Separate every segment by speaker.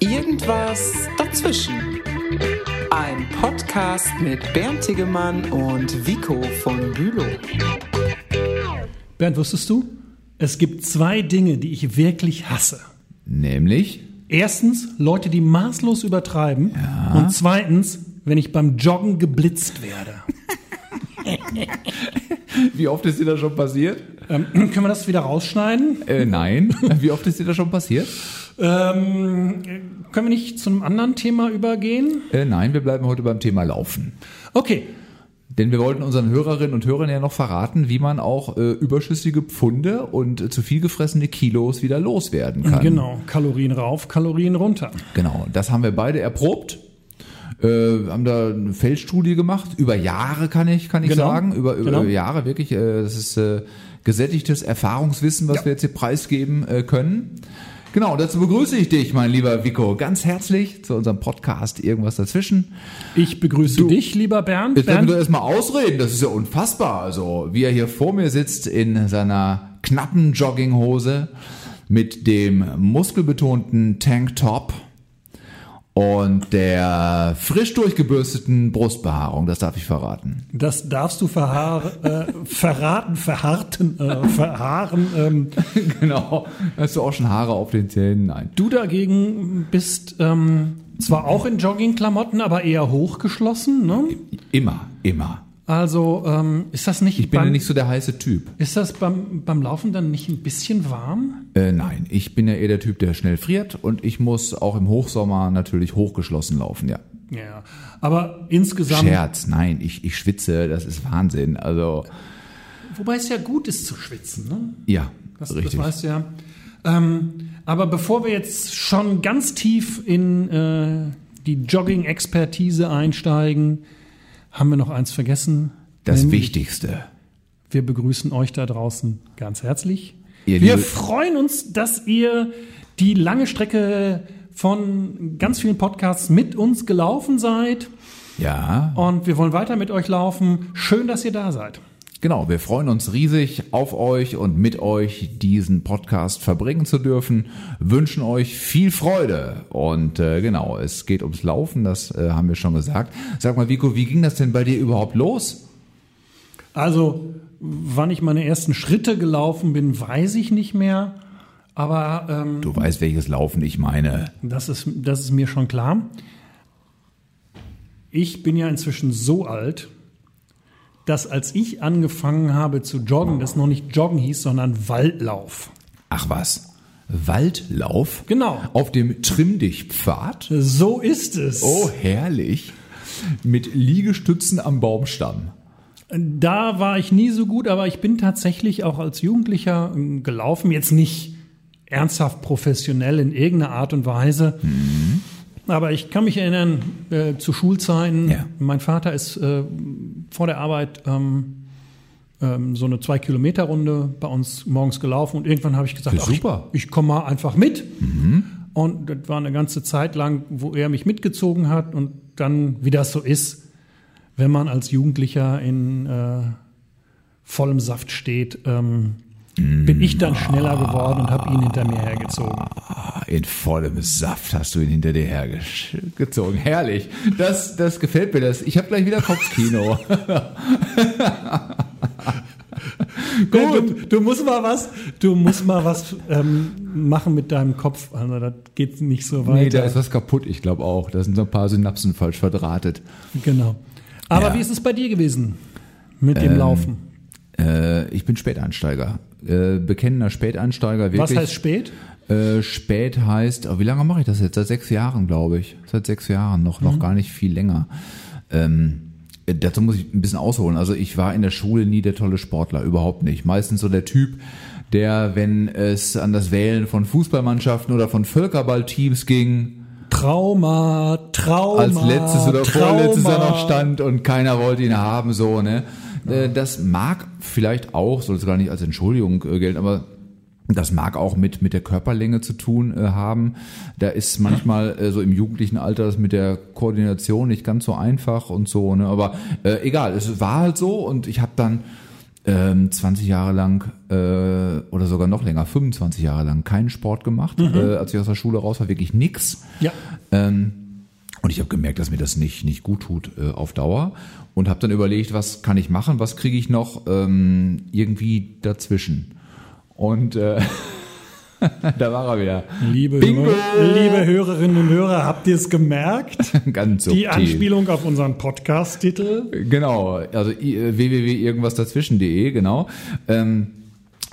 Speaker 1: Irgendwas dazwischen. Ein Podcast mit Bernd Tigemann und Vico von Bülow.
Speaker 2: Bernd, wusstest du? Es gibt zwei Dinge, die ich wirklich hasse.
Speaker 3: Nämlich?
Speaker 2: Erstens Leute, die maßlos übertreiben. Und zweitens, wenn ich beim Joggen geblitzt werde.
Speaker 3: Wie oft ist dir das schon passiert?
Speaker 2: Ähm, können wir das wieder rausschneiden?
Speaker 3: Äh, nein. Wie oft ist dir das schon passiert?
Speaker 2: Ähm, können wir nicht zu einem anderen Thema übergehen?
Speaker 3: Äh, nein, wir bleiben heute beim Thema Laufen.
Speaker 2: Okay.
Speaker 3: Denn wir wollten unseren Hörerinnen und Hörern ja noch verraten, wie man auch äh, überschüssige Pfunde und äh, zu viel gefressene Kilos wieder loswerden kann.
Speaker 2: Genau. Kalorien rauf, Kalorien runter.
Speaker 3: Genau, das haben wir beide erprobt. Äh, haben da eine Feldstudie gemacht, über Jahre kann ich, kann ich
Speaker 2: Genau.
Speaker 3: sagen, über, über
Speaker 2: Genau.
Speaker 3: Jahre wirklich, äh, das ist äh, gesättigtes Erfahrungswissen, was wir jetzt hier preisgeben äh, können. Genau, dazu begrüße ich dich, mein lieber Vico, ganz herzlich zu unserem Podcast Irgendwas dazwischen.
Speaker 2: Ich begrüße dich, lieber Bernd.
Speaker 3: Jetzt lass mich
Speaker 2: Bernd.
Speaker 3: doch erstmal ausreden, das ist ja unfassbar. Also, wie er hier vor mir sitzt in seiner knappen Jogginghose mit dem muskelbetonten Tanktop und der frisch durchgebürsteten Brustbehaarung, das darf ich verraten.
Speaker 2: Das darfst du verhaar, äh, verraten, verharten, äh, verhaaren. Ähm,
Speaker 3: genau. Hast du auch schon Haare auf den Zähnen? Nein.
Speaker 2: du dagegen bist ähm, zwar auch in Joggingklamotten, aber eher hochgeschlossen. Ne?
Speaker 3: Immer, immer.
Speaker 2: Also ähm, ist das nicht,
Speaker 3: Ich bin
Speaker 2: beim,
Speaker 3: ja nicht so der heiße Typ.
Speaker 2: ist das beim, beim Laufen dann nicht ein bisschen warm?
Speaker 3: Äh, nein, ich bin ja eher der Typ, der schnell friert und ich muss auch im Hochsommer natürlich hochgeschlossen laufen, ja.
Speaker 2: Ja, aber insgesamt,
Speaker 3: Scherz, nein, ich, ich schwitze, das ist Wahnsinn. Also,
Speaker 2: wobei es ja gut ist zu schwitzen. Ne?
Speaker 3: ja,
Speaker 2: Das, das
Speaker 3: richtig.
Speaker 2: weißt du ja. Ähm, aber bevor wir jetzt schon ganz tief in äh, die Jogging-Expertise einsteigen, haben wir noch eins vergessen.
Speaker 3: Das
Speaker 2: Nämlich,
Speaker 3: Wichtigste.
Speaker 2: Wir begrüßen euch da draußen ganz herzlich.
Speaker 3: Ihr
Speaker 2: wir
Speaker 3: liebe-
Speaker 2: freuen uns, dass ihr die lange Strecke von ganz vielen Podcasts mit uns gelaufen seid.
Speaker 3: Ja,
Speaker 2: Und wir wollen weiter mit euch laufen. Schön, dass ihr da seid.
Speaker 3: genau. Wir freuen uns riesig auf euch und mit euch diesen Podcast verbringen zu dürfen. Wünschen euch viel Freude. Und äh, genau, es geht ums Laufen, das äh, haben wir schon gesagt. Sag mal, Vico, wie ging das denn bei dir überhaupt los?
Speaker 2: Also, wann ich meine ersten Schritte gelaufen bin, weiß ich nicht mehr. Aber ähm,
Speaker 3: Du weißt, welches Laufen ich meine.
Speaker 2: das, ist, das ist mir schon klar. Ich bin ja inzwischen so alt, dass als ich angefangen habe zu joggen, das noch nicht Joggen hieß, sondern Waldlauf.
Speaker 3: Ach was, Waldlauf?
Speaker 2: Genau.
Speaker 3: Auf dem Trimm-Dich-Pfad?
Speaker 2: So ist es.
Speaker 3: Oh, herrlich. Mit Liegestützen am Baumstamm.
Speaker 2: Da war ich nie so gut, aber ich bin tatsächlich auch als Jugendlicher ähm, gelaufen. Jetzt nicht ernsthaft professionell in irgendeiner Art und Weise.
Speaker 3: Mhm.
Speaker 2: Aber ich kann mich erinnern, äh, zu Schulzeiten,
Speaker 3: Ja.
Speaker 2: mein Vater ist äh, vor der Arbeit ähm, ähm, so eine Zwei-Kilometer-Runde bei uns morgens gelaufen und irgendwann habe ich gesagt,
Speaker 3: Ja, super. Mhm.
Speaker 2: ich, ich komme mal einfach mit. Und das war eine ganze Zeit lang, wo er mich mitgezogen hat und dann, wie das so ist, wenn man als Jugendlicher in äh, vollem Saft steht, ähm, bin ich dann schneller geworden und habe ihn hinter mir hergezogen.
Speaker 3: Ah, In vollem Saft hast du ihn hinter dir hergezogen. Herrlich. Das, das gefällt mir. Das. Ich habe gleich wieder Kopfkino.
Speaker 2: Du, du musst mal was, du musst mal was ähm, machen mit deinem Kopf. Also das geht nicht so
Speaker 3: nee,
Speaker 2: weiter.
Speaker 3: da ist was kaputt. Ich glaube auch. Da sind so ein paar Synapsen falsch verdrahtet.
Speaker 2: genau. Aber
Speaker 3: Ja. Ähm,
Speaker 2: wie ist es bei dir gewesen mit dem Laufen?
Speaker 3: Äh, ich bin Späteinsteiger. Äh, bekennender Späteinsteiger. Wirklich.
Speaker 2: Was heißt spät?
Speaker 3: Äh, spät heißt, oh, wie lange mache ich das jetzt? Seit sechs Jahren, glaube ich. Seit sechs Jahren, noch, noch gar nicht viel länger. Ähm, äh, dazu muss ich ein bisschen ausholen. Also ich war in der Schule nie der tolle Sportler, überhaupt nicht. Meistens so der Typ, der, wenn es an das Wählen von Fußballmannschaften oder von Völkerballteams ging,
Speaker 2: Trauma, Trauma.
Speaker 3: als letztes oder
Speaker 2: Trauma.
Speaker 3: vorletztes er noch stand und keiner wollte ihn haben, so, ne? Äh, Das mag vielleicht auch, soll es gar nicht als Entschuldigung äh, gelten, aber das mag auch mit, mit der Körperlänge zu tun äh, haben. Da ist manchmal äh, so im jugendlichen Alter das mit der Koordination nicht ganz so einfach und so, ne? Aber äh, egal, es war halt so und ich habe dann ähm, 20 Jahre lang äh, oder sogar noch länger, 25 Jahre lang keinen Sport gemacht,
Speaker 2: Mhm.
Speaker 3: äh, als ich aus der Schule raus war, wirklich nix.
Speaker 2: Ja.
Speaker 3: Ähm, und ich habe gemerkt, dass mir das nicht, nicht gut tut äh, auf Dauer und habe dann überlegt, was kann ich machen, was kriege ich noch ähm, irgendwie dazwischen. Und äh, da war er wieder.
Speaker 2: Liebe, Hörer, liebe Hörerinnen und Hörer, habt ihr es gemerkt?
Speaker 3: Ganz subtil.
Speaker 2: Die Anspielung auf unseren Podcast-Titel.
Speaker 3: Genau, also i- äh, www.irgendwasdazwischen.de, genau. Ähm,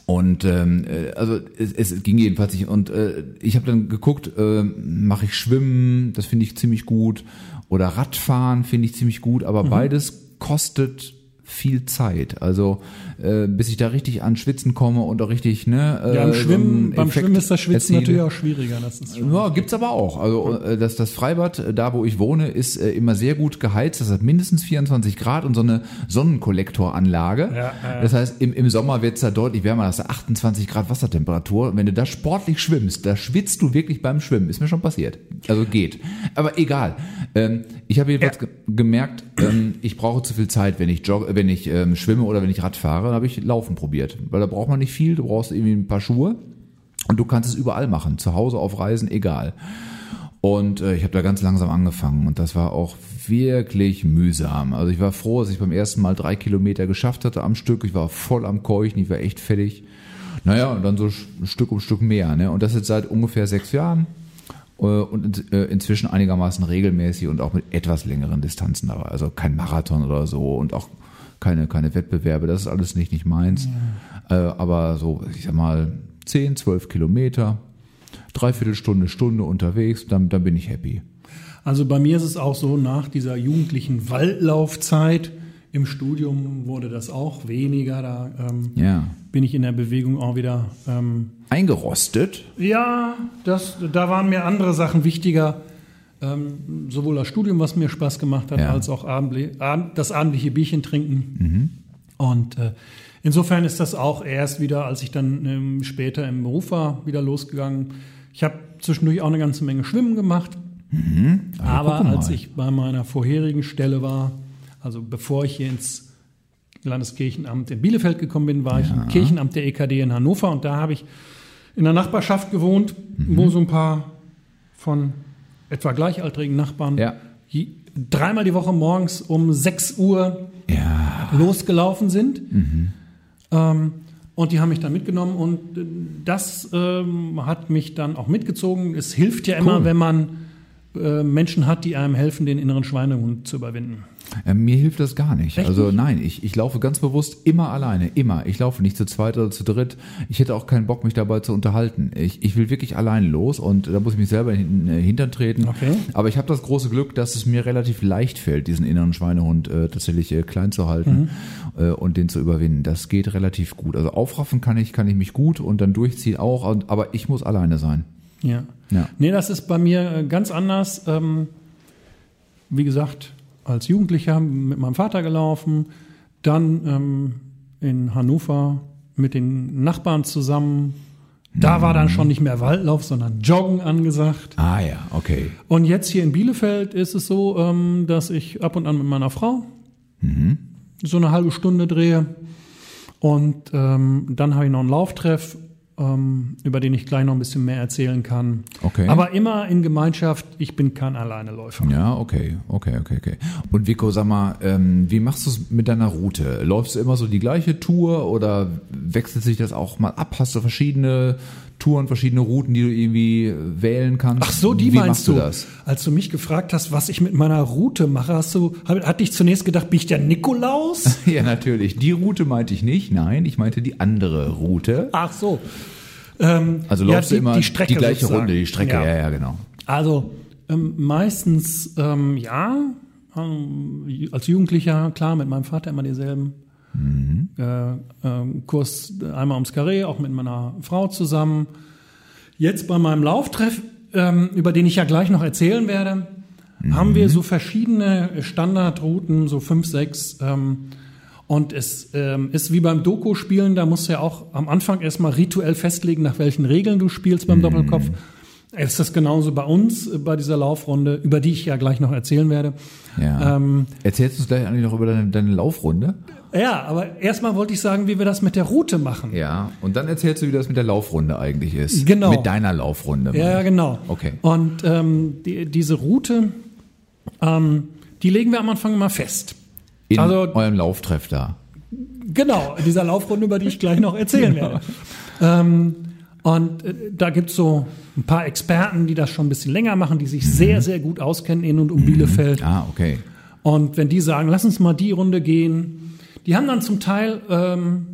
Speaker 3: und ähm, äh, also es, es ging jedenfalls nicht. Und äh, ich habe dann geguckt, äh, mache ich Schwimmen, das finde ich ziemlich gut. Oder Radfahren finde ich ziemlich gut, aber
Speaker 2: Mhm.
Speaker 3: beides kostet viel Zeit. Also äh, bis ich da richtig an Schwitzen komme und auch richtig, ne? Äh,
Speaker 2: Ja, im
Speaker 3: so
Speaker 2: Schwimmen,
Speaker 3: einen
Speaker 2: beim
Speaker 3: Effekt
Speaker 2: Schwimmen ist das Schwitzen
Speaker 3: erziele.
Speaker 2: natürlich auch schwieriger. Das ist schon.
Speaker 3: Ja, gibt's aber auch. Also äh, das, das Freibad, äh, da wo ich wohne, ist äh, immer sehr gut geheizt. Das hat mindestens 24 Grad und so eine Sonnenkollektoranlage.
Speaker 2: Ja, ja.
Speaker 3: Das heißt, im, im Sommer wird's da deutlich wärmer. Das ist 28 Grad Wassertemperatur. Und wenn du da sportlich schwimmst, da schwitzt du wirklich beim Schwimmen. Ist mir schon passiert. Also geht. Aber egal. Ähm, ich habe jedenfalls ge gemerkt, ähm, ich brauche zu viel Zeit, wenn ich jog wenn ich ähm, schwimme oder wenn ich Rad fahre. Dann habe ich Laufen probiert. Weil da braucht man nicht viel. Du brauchst irgendwie ein paar Schuhe. Und du kannst es überall machen, zu Hause, auf Reisen, egal. Und äh, ich habe da ganz langsam angefangen und das war auch wirklich mühsam. Also ich war froh, dass ich beim ersten Mal drei Kilometer geschafft hatte am Stück. Ich war voll am Keuchen, ich war echt fertig. Naja, und dann so sch- Stück um Stück mehr. Ne? Und das jetzt seit ungefähr sechs Jahren äh, und in, äh, inzwischen einigermaßen regelmäßig und auch mit etwas längeren Distanzen dabei. Also kein Marathon oder so und auch keine, keine Wettbewerbe, das ist alles nicht, nicht meins. Äh, aber so, ich sag mal, 10, 12 Kilometer, Dreiviertelstunde, Stunde unterwegs, dann, dann bin ich happy.
Speaker 2: Also bei mir ist es auch so, nach dieser jugendlichen Waldlaufzeit im Studium wurde das auch weniger. Da ähm,
Speaker 3: Ja.
Speaker 2: bin ich in der Bewegung auch wieder ähm,
Speaker 3: Eingerostet.
Speaker 2: Ja, das, da waren mir andere Sachen wichtiger. Ähm, sowohl das Studium, was mir Spaß gemacht hat,
Speaker 3: Ja. Mhm.
Speaker 2: als auch abendli- abend, das abendliche Bierchen trinken. Und äh, insofern ist das auch erst wieder, als ich dann ähm, später im Beruf war, wieder losgegangen. Ich habe zwischendurch auch eine ganze Menge Schwimmen gemacht. Aber
Speaker 3: Mhm. Ah, guck mal.
Speaker 2: als ich bei meiner vorherigen Stelle war, also bevor ich hier ins Landeskirchenamt in Bielefeld gekommen bin, war ich im Kirchenamt der EKD in Hannover und da habe ich in der Nachbarschaft gewohnt,
Speaker 3: Mhm.
Speaker 2: wo so ein paar von etwa gleichaltrigen Nachbarn
Speaker 3: Ja.
Speaker 2: je- dreimal die Woche morgens um 6 Uhr
Speaker 3: Ja.
Speaker 2: losgelaufen sind.
Speaker 3: Mhm.
Speaker 2: Ähm, und die haben mich dann mitgenommen und äh, das ähm, hat mich dann auch mitgezogen. Es hilft ja immer,
Speaker 3: Cool.
Speaker 2: wenn man äh, Menschen hat, die einem helfen, den inneren Schweinehund zu überwinden.
Speaker 3: Äh, Mir hilft das gar nicht.
Speaker 2: Echt
Speaker 3: also nein, ich, ich laufe ganz bewusst immer alleine, immer. Ich laufe nicht zu zweit oder zu dritt. Ich hätte auch keinen Bock, mich dabei zu unterhalten. Ich, ich will wirklich allein los und da muss ich mich selber hin, äh, hintertreten.
Speaker 2: Okay.
Speaker 3: Aber ich habe das große Glück, dass es mir relativ leicht fällt, diesen inneren Schweinehund äh, tatsächlich äh, klein zu halten äh, und den zu überwinden. Das geht relativ gut. Also aufraffen kann ich, kann ich mich gut und dann durchziehen auch, und, aber ich muss alleine sein.
Speaker 2: Ja.
Speaker 3: Ja.
Speaker 2: Nee, das ist bei mir äh, ganz anders. Ähm, wie gesagt, als Jugendlicher mit meinem Vater gelaufen, dann ähm, in Hannover mit den Nachbarn zusammen. Da war dann schon nicht mehr Waldlauf, sondern Joggen angesagt.
Speaker 3: Ah ja, okay.
Speaker 2: Und jetzt hier in Bielefeld ist es so, ähm, dass ich ab und an mit meiner Frau
Speaker 3: Mhm.
Speaker 2: so eine halbe Stunde drehe. Und ähm, dann habe ich noch einen Lauftreff, ähm, über den ich gleich noch ein bisschen mehr erzählen kann.
Speaker 3: Okay.
Speaker 2: Aber immer in Gemeinschaft. Ich bin kein Alleineläufer.
Speaker 3: Ja, okay, okay, okay, okay. Und Vico, sag mal, ähm, wie machst du es mit deiner Route? Läufst du immer so die gleiche Tour oder wechselt sich das auch mal ab? Hast du verschiedene Touren, verschiedene Routen, die du irgendwie äh, wählen kannst?
Speaker 2: Ach so, die
Speaker 3: wie
Speaker 2: meinst
Speaker 3: machst
Speaker 2: du?
Speaker 3: das?
Speaker 2: Als du mich gefragt hast, was ich mit meiner Route mache, hast du, hab- hatte ich zunächst gedacht, bin ich der Nikolaus?
Speaker 3: Ja, natürlich. Die Route meinte ich nicht. Nein, ich meinte die andere Route.
Speaker 2: Ach so. Ähm,
Speaker 3: Also
Speaker 2: ja,
Speaker 3: läufst
Speaker 2: die-
Speaker 3: du immer
Speaker 2: die, Strecke
Speaker 3: gleiche
Speaker 2: sozusagen.
Speaker 3: Runde, die Strecke.
Speaker 2: Ja.
Speaker 3: Ja, ja, genau.
Speaker 2: Also ähm, meistens ähm, ja, ähm, als Jugendlicher, klar, mit meinem Vater immer dieselben äh, ähm, Kurs einmal ums Karree, auch mit meiner Frau zusammen. Jetzt bei meinem Lauftreff, ähm, über den ich ja gleich noch erzählen werde, haben wir so verschiedene Standardrouten, so fünf, sechs. Ähm, und es ähm, ist wie beim Doku-Spielen, da musst du ja auch am Anfang erstmal rituell festlegen, nach welchen Regeln du spielst beim Doppelkopf. Ist das genauso bei uns, äh, bei dieser Laufrunde, über die ich ja gleich noch erzählen werde. Ähm,
Speaker 3: Ja. Erzählst du uns gleich eigentlich noch über deine, deine Laufrunde?
Speaker 2: Ja, aber erstmal wollte ich sagen, wie wir das mit der Route machen.
Speaker 3: Ja, und dann erzählst du, wie das mit der Laufrunde eigentlich ist.
Speaker 2: Genau.
Speaker 3: Mit deiner Laufrunde.
Speaker 2: Ja, ja, genau.
Speaker 3: Okay.
Speaker 2: Und ähm, die, diese Route, ähm, die legen wir am Anfang mal fest.
Speaker 3: In
Speaker 2: Also-
Speaker 3: eurem Lauftreff da.
Speaker 2: Genau, in dieser Laufrunde, über die ich gleich noch erzählen
Speaker 3: Genau.
Speaker 2: werde. Ähm, und äh, da gibt's so ein paar Experten, die das schon ein bisschen länger machen, die sich sehr, sehr gut auskennen in und um Bielefeld.
Speaker 3: Mhm. Ah, okay.
Speaker 2: Und wenn die sagen, lass uns mal die Runde gehen, die haben dann zum Teil ähm,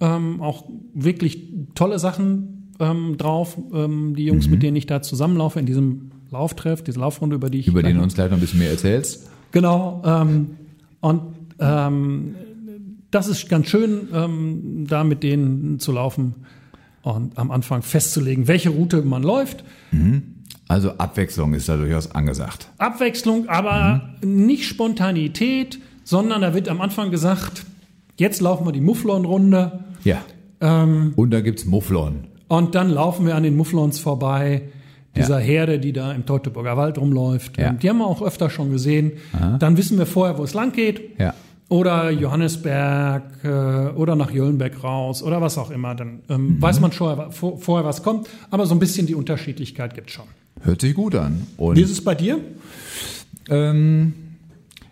Speaker 2: ähm, auch wirklich tolle Sachen ähm, drauf, ähm, die Jungs,
Speaker 3: Mhm.
Speaker 2: mit denen ich da zusammenlaufe in diesem Lauftreff, diese Laufrunde, über die ich
Speaker 3: Über
Speaker 2: gleich
Speaker 3: den du
Speaker 2: noch-
Speaker 3: uns gleich noch ein bisschen mehr erzählst.
Speaker 2: Genau. Ähm, und ähm, das ist ganz schön, ähm, da mit denen zu laufen und am Anfang festzulegen, welche Route man läuft.
Speaker 3: Also Abwechslung ist da durchaus angesagt.
Speaker 2: Abwechslung, aber nicht Spontanität, sondern da wird am Anfang gesagt, jetzt laufen wir die Mufflon-Runde
Speaker 3: Ja. und da gibt's Mufflon.
Speaker 2: und dann laufen wir an den Mufflons vorbei, dieser Herde, die da im Teutoburger Wald rumläuft.
Speaker 3: Ja.
Speaker 2: Und Die haben wir auch öfter schon gesehen. Dann wissen wir vorher, wo es lang geht.
Speaker 3: Ja.
Speaker 2: Oder Johannesberg äh, oder nach Jöllenberg raus oder was auch immer. Dann ähm, weiß man schon wa- vor, vorher, was kommt, aber so ein bisschen die Unterschiedlichkeit gibt schon.
Speaker 3: Hört sich gut an. Und
Speaker 2: Wie ist es bei dir?
Speaker 3: Ähm,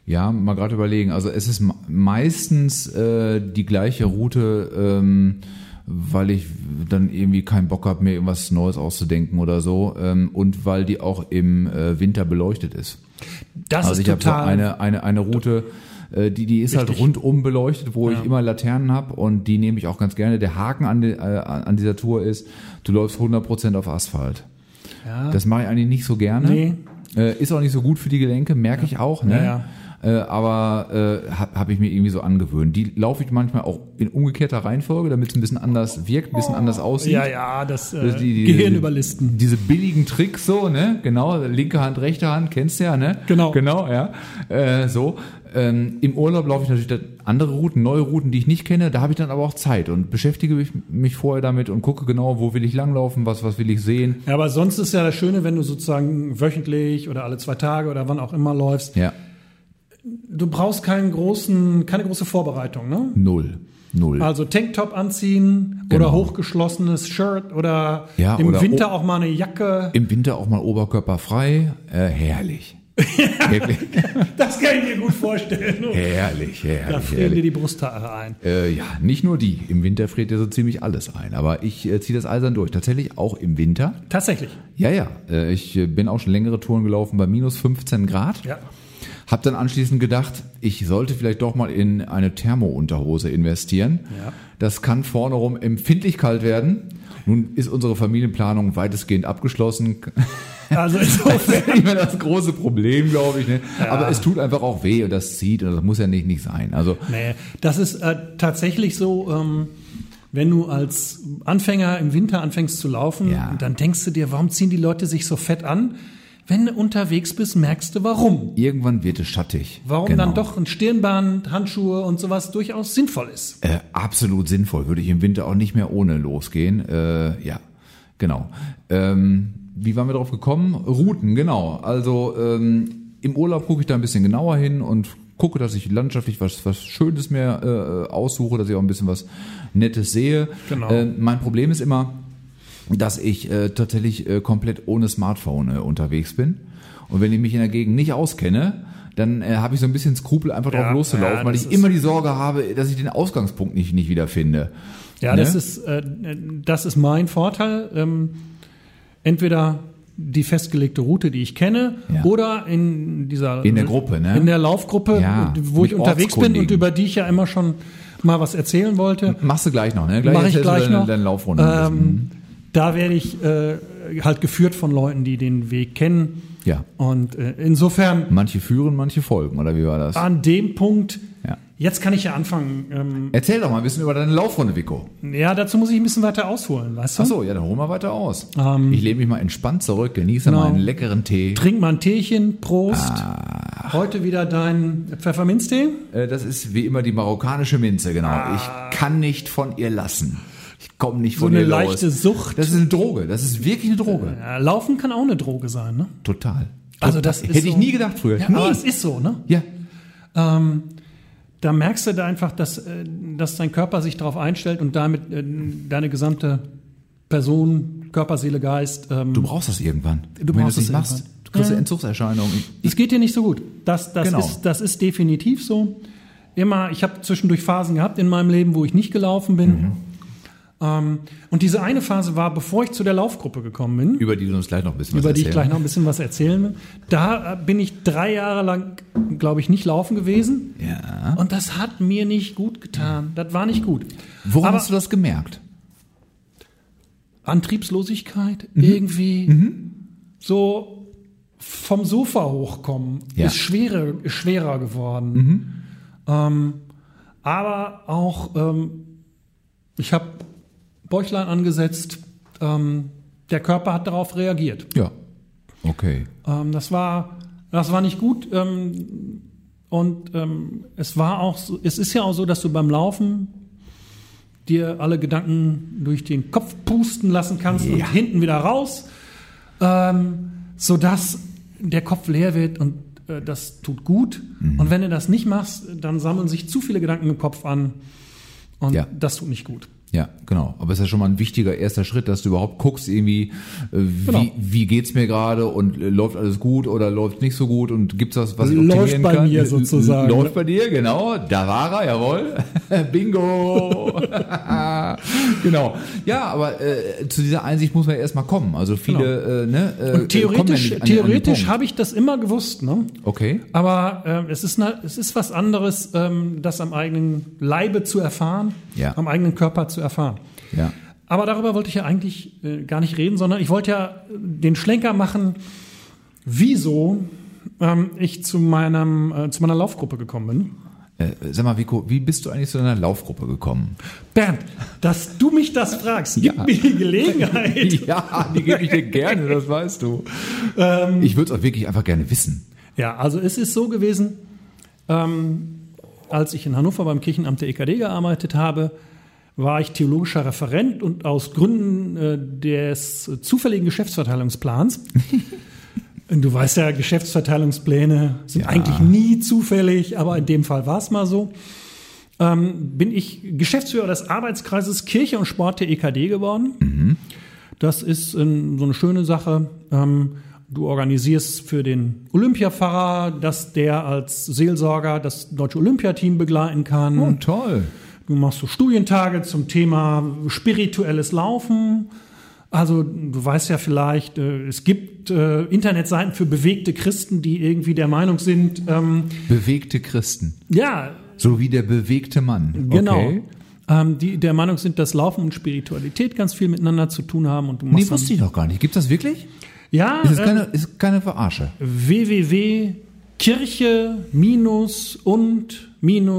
Speaker 3: ja, mal gerade überlegen. Also es ist me- meistens äh, die gleiche Route, ähm, weil ich dann irgendwie keinen Bock habe, mir irgendwas Neues auszudenken oder so. Ähm, und weil die auch im äh, Winter beleuchtet ist.
Speaker 2: Das
Speaker 3: also
Speaker 2: ist
Speaker 3: ich habe so
Speaker 2: total.
Speaker 3: eine, eine, eine Route, äh, die, die ist halt rundum beleuchtet, wo ich immer Laternen habe und die nehme ich auch ganz gerne. Der Haken an, de, äh, an dieser Tour ist, du läufst 100% auf Asphalt.
Speaker 2: Ja.
Speaker 3: Das mache ich eigentlich nicht so gerne.
Speaker 2: Nee.
Speaker 3: Äh, ist auch nicht so gut für die Gelenke, merke ich auch. Ne?
Speaker 2: Ja,
Speaker 3: Äh, aber äh, habe hab ich mir irgendwie so angewöhnt. Die laufe ich manchmal auch in umgekehrter Reihenfolge, damit es ein bisschen anders wirkt, ein bisschen anders aussieht.
Speaker 2: Oh. ja, ja, das äh,
Speaker 3: Also die- die-
Speaker 2: Gehirn
Speaker 3: die-
Speaker 2: überlisten.
Speaker 3: Diese billigen Tricks so, ne? Genau, linke Hand, rechte Hand, kennst du ja, ne?
Speaker 2: Genau.
Speaker 3: Genau, ja. Äh, so. Ähm, Im Urlaub laufe ich natürlich dann andere Routen, neue Routen, die ich nicht kenne. Da habe ich dann aber auch Zeit und beschäftige mich, mich vorher damit und gucke genau, wo will ich langlaufen, was, was will ich sehen.
Speaker 2: Ja, aber sonst ist ja das Schöne, wenn du sozusagen wöchentlich oder alle zwei Tage oder wann auch immer läufst.
Speaker 3: Ja.
Speaker 2: Du brauchst keinen großen, keine große Vorbereitung, ne?
Speaker 3: Null. Null.
Speaker 2: Also Tanktop anziehen
Speaker 3: Genau.
Speaker 2: oder hochgeschlossenes Shirt oder
Speaker 3: Ja,
Speaker 2: im
Speaker 3: oder
Speaker 2: Winter auch mal eine Jacke.
Speaker 3: Im Winter auch mal oberkörperfrei. Äh, herrlich. Wirklich.
Speaker 2: Das kann ich mir gut vorstellen.
Speaker 3: Herrlich,
Speaker 2: Da frieren
Speaker 3: herrlich,
Speaker 2: dir
Speaker 3: herrlich.
Speaker 2: die Brusthaare ein.
Speaker 3: Äh, ja, nicht nur die. Im Winter friert ja so ziemlich alles ein. Aber ich äh, ziehe das eisern durch. Tatsächlich auch im Winter.
Speaker 2: Tatsächlich.
Speaker 3: Ja, ja. Äh, Ich äh, bin auch schon längere Touren gelaufen bei minus 15 Grad.
Speaker 2: Ja.
Speaker 3: Hab dann anschließend gedacht, ich sollte vielleicht doch mal in eine Thermounterhose investieren.
Speaker 2: Ja.
Speaker 3: Das kann vorne rum empfindlich kalt werden. Nun ist unsere Familienplanung weitestgehend abgeschlossen.
Speaker 2: Also insofern.
Speaker 3: nicht mehr das große Problem, glaube ich. Ne? Aber es tut einfach auch weh und das zieht und das muss ja nicht, nicht sein. Also
Speaker 2: nee, das ist äh, tatsächlich so, ähm, wenn du als Anfänger im Winter anfängst zu laufen,
Speaker 3: Ja.
Speaker 2: dann denkst du dir, warum ziehen die Leute sich so fett an? Wenn du unterwegs bist, merkst du warum.
Speaker 3: irgendwann wird es schattig.
Speaker 2: Warum
Speaker 3: Genau.
Speaker 2: dann doch ein Stirnband, Handschuhe und sowas durchaus sinnvoll ist.
Speaker 3: Äh, absolut sinnvoll. Würde ich im Winter auch nicht mehr ohne losgehen. Äh, ja, genau. Ähm, wie waren wir drauf gekommen? Routen, genau. Also ähm, im Urlaub gucke ich da ein bisschen genauer hin und gucke, dass ich landschaftlich was, was Schönes mir äh, aussuche, dass ich auch ein bisschen was Nettes sehe.
Speaker 2: Genau.
Speaker 3: Ähm, mein Problem ist immer, dass ich äh, tatsächlich äh, komplett ohne Smartphone äh, unterwegs bin. Und wenn ich mich in der Gegend nicht auskenne, dann äh, habe ich so ein bisschen Skrupel, einfach drauf
Speaker 2: Ja,
Speaker 3: loszulaufen,
Speaker 2: ja,
Speaker 3: weil
Speaker 2: das
Speaker 3: ich
Speaker 2: ist-
Speaker 3: immer die Sorge habe, dass ich den Ausgangspunkt nicht, nicht wieder finde.
Speaker 2: Ja,
Speaker 3: Ne?
Speaker 2: das ist äh, das ist mein Vorteil. Ähm, entweder die festgelegte Route, die ich kenne,
Speaker 3: Ja.
Speaker 2: oder in dieser
Speaker 3: In der Gruppe, ne?
Speaker 2: in der Laufgruppe,
Speaker 3: Ja,
Speaker 2: wo ich
Speaker 3: mit
Speaker 2: unterwegs bin und
Speaker 3: Ortskundigen.
Speaker 2: über die ich ja immer schon mal was erzählen wollte.
Speaker 3: Machst du gleich noch, ne? Gleich
Speaker 2: Mach ich
Speaker 3: erzählst du
Speaker 2: gleich
Speaker 3: deine,
Speaker 2: noch.
Speaker 3: deine Laufrunde. Mhm.
Speaker 2: Ähm, da werde ich äh, halt geführt von Leuten, die den Weg kennen.
Speaker 3: ja.
Speaker 2: Und äh, insofern
Speaker 3: Manche führen, manche folgen, oder wie war das?
Speaker 2: an dem Punkt,
Speaker 3: Ja.
Speaker 2: jetzt kann ich ja anfangen. Ähm,
Speaker 3: Erzähl doch mal ein bisschen über deine Laufrunde, Vico.
Speaker 2: ja, dazu muss ich ein bisschen weiter ausholen, weißt du?
Speaker 3: Achso, ja, dann hol mal weiter aus. ich lehne mich mal entspannt zurück, genieße
Speaker 2: Ähm. Genau.
Speaker 3: meinen leckeren Tee.
Speaker 2: Trink mal ein Teechen, Prost.
Speaker 3: Ah.
Speaker 2: Heute wieder dein Pfefferminztee.
Speaker 3: Äh, Das ist wie immer die marokkanische Minze, genau. Ich kann nicht von ihr lassen. Ich komme nicht von
Speaker 2: Ah. eine
Speaker 3: ihr los.
Speaker 2: leichte Sucht.
Speaker 3: Das ist eine Droge. Das ist wirklich eine Droge.
Speaker 2: Ja, Laufen kann auch eine Droge sein, ne?
Speaker 3: Total.
Speaker 2: Also das ist
Speaker 3: hätte ich
Speaker 2: so-
Speaker 3: nie gedacht früher.
Speaker 2: Ja,
Speaker 3: nie.
Speaker 2: aber es ist so, ne?
Speaker 3: ja.
Speaker 2: da merkst du da einfach, dass, äh, dass dein Körper sich darauf einstellt und damit äh, deine gesamte Person, Körper, Seele, Geist. Ähm,
Speaker 3: Du brauchst das irgendwann.
Speaker 2: Du
Speaker 3: Wenn du
Speaker 2: brauchst
Speaker 3: das nicht
Speaker 2: das
Speaker 3: machst,
Speaker 2: irgendwann.
Speaker 3: du kriegst
Speaker 2: Ja.
Speaker 3: eine Entzugserscheinung.
Speaker 2: es geht dir nicht so gut. Das, das,
Speaker 3: Genau.
Speaker 2: ist, das ist definitiv so. Immer, ich habe zwischendurch Phasen gehabt in meinem Leben, wo ich nicht gelaufen bin.
Speaker 3: Mhm.
Speaker 2: Ähm, und diese eine Phase war, bevor ich zu der Laufgruppe gekommen bin,
Speaker 3: Über die du uns gleich noch ein bisschen
Speaker 2: über
Speaker 3: was
Speaker 2: die ich
Speaker 3: erzählen.
Speaker 2: gleich noch ein bisschen was erzählen will. Da äh, bin ich drei Jahre lang, glaube ich, nicht laufen gewesen.
Speaker 3: Ja.
Speaker 2: Und das hat mir nicht gut getan. Das war nicht gut.
Speaker 3: Woran
Speaker 2: Aber
Speaker 3: hast du das gemerkt?
Speaker 2: Antriebslosigkeit, irgendwie so vom Sofa hochkommen,
Speaker 3: Ja.
Speaker 2: ist, schwere, ist schwerer geworden. Ähm, aber auch, ähm, ich habe Bäuchlein angesetzt, ähm, der Körper hat darauf reagiert.
Speaker 3: Ja. Okay.
Speaker 2: Ähm, das war, das war nicht gut. Ähm, und ähm, es war auch, so, es ist ja auch so, dass du beim Laufen dir alle Gedanken durch den Kopf pusten lassen kannst
Speaker 3: Ja.
Speaker 2: und hinten wieder raus, ähm, sodass der Kopf leer wird und äh, das tut gut.
Speaker 3: Mhm.
Speaker 2: Und wenn du das nicht machst, dann sammeln sich zu viele Gedanken im Kopf an und
Speaker 3: Ja.
Speaker 2: das tut nicht gut.
Speaker 3: Ja, genau. Aber es ist ja schon mal ein wichtiger erster Schritt, dass du überhaupt guckst, irgendwie, äh, wie,
Speaker 2: Genau.
Speaker 3: wie geht's mir gerade und äh, läuft alles gut oder läuft nicht so gut und gibt's was, was ich
Speaker 2: Läuft
Speaker 3: optimieren
Speaker 2: bei
Speaker 3: kann?
Speaker 2: mir sozusagen. ne?
Speaker 3: Läuft bei dir, genau. Da war er, jawohl. Bingo. genau. Ja, aber äh, zu dieser Einsicht muss man erstmal kommen. Also viele, äh, ne, äh,
Speaker 2: Genau. Und
Speaker 3: kommen ja
Speaker 2: theoretisch,
Speaker 3: nicht an- an den
Speaker 2: theoretisch
Speaker 3: Punkt.
Speaker 2: habe ich das immer gewusst, ne?
Speaker 3: Okay.
Speaker 2: Aber ähm, es, ist na- es ist was anderes, ähm, das am eigenen Leibe zu erfahren,
Speaker 3: Ja.
Speaker 2: am eigenen Körper zu erfahren.
Speaker 3: Ja.
Speaker 2: Aber darüber wollte ich ja eigentlich äh, gar nicht reden, sondern ich wollte ja äh, den Schlenker machen, wieso ähm, ich zu, meinem, äh, zu meiner Laufgruppe gekommen bin.
Speaker 3: Äh, sag mal, Vico, wie bist du eigentlich zu deiner Laufgruppe gekommen?
Speaker 2: Bernd, dass du mich das fragst,
Speaker 3: Ja.
Speaker 2: gibt mir die Gelegenheit.
Speaker 3: Ja, die gebe ich dir gerne, das weißt du. ich würde es auch wirklich einfach gerne wissen.
Speaker 2: Ja, also es ist so gewesen, ähm, als ich in Hannover beim Kirchenamt der EKD gearbeitet habe, war ich theologischer Referent und aus Gründen äh, des zufälligen Geschäftsverteilungsplans. Und du weißt ja, Geschäftsverteilungspläne sind
Speaker 3: Ja.
Speaker 2: eigentlich nie zufällig, aber in dem Fall war es mal so. Ähm, bin ich Geschäftsführer des Arbeitskreises Kirche und Sport der EKD geworden.
Speaker 3: Mhm.
Speaker 2: Das ist ähm, so eine schöne Sache. Ähm, du organisierst für den Olympiapfarrer, dass der als Seelsorger das deutsche Olympiateam begleiten kann.
Speaker 3: Oh, toll.
Speaker 2: Du machst so Studientage zum Thema spirituelles Laufen. Also du weißt ja vielleicht, äh, es gibt äh, Internetseiten für bewegte Christen, die irgendwie der Meinung sind, ähm,
Speaker 3: Bewegte Christen.
Speaker 2: ja,
Speaker 3: So wie der bewegte Mann.
Speaker 2: genau.
Speaker 3: Okay.
Speaker 2: Ähm, die der Meinung sind, dass Laufen und Spiritualität ganz viel miteinander zu tun haben und du machst
Speaker 3: Nee, wusste ich noch gar nicht. Gibt's das wirklich?
Speaker 2: dann, ja
Speaker 3: Das ist
Speaker 2: ähm,
Speaker 3: keine, ist keine Verarsche.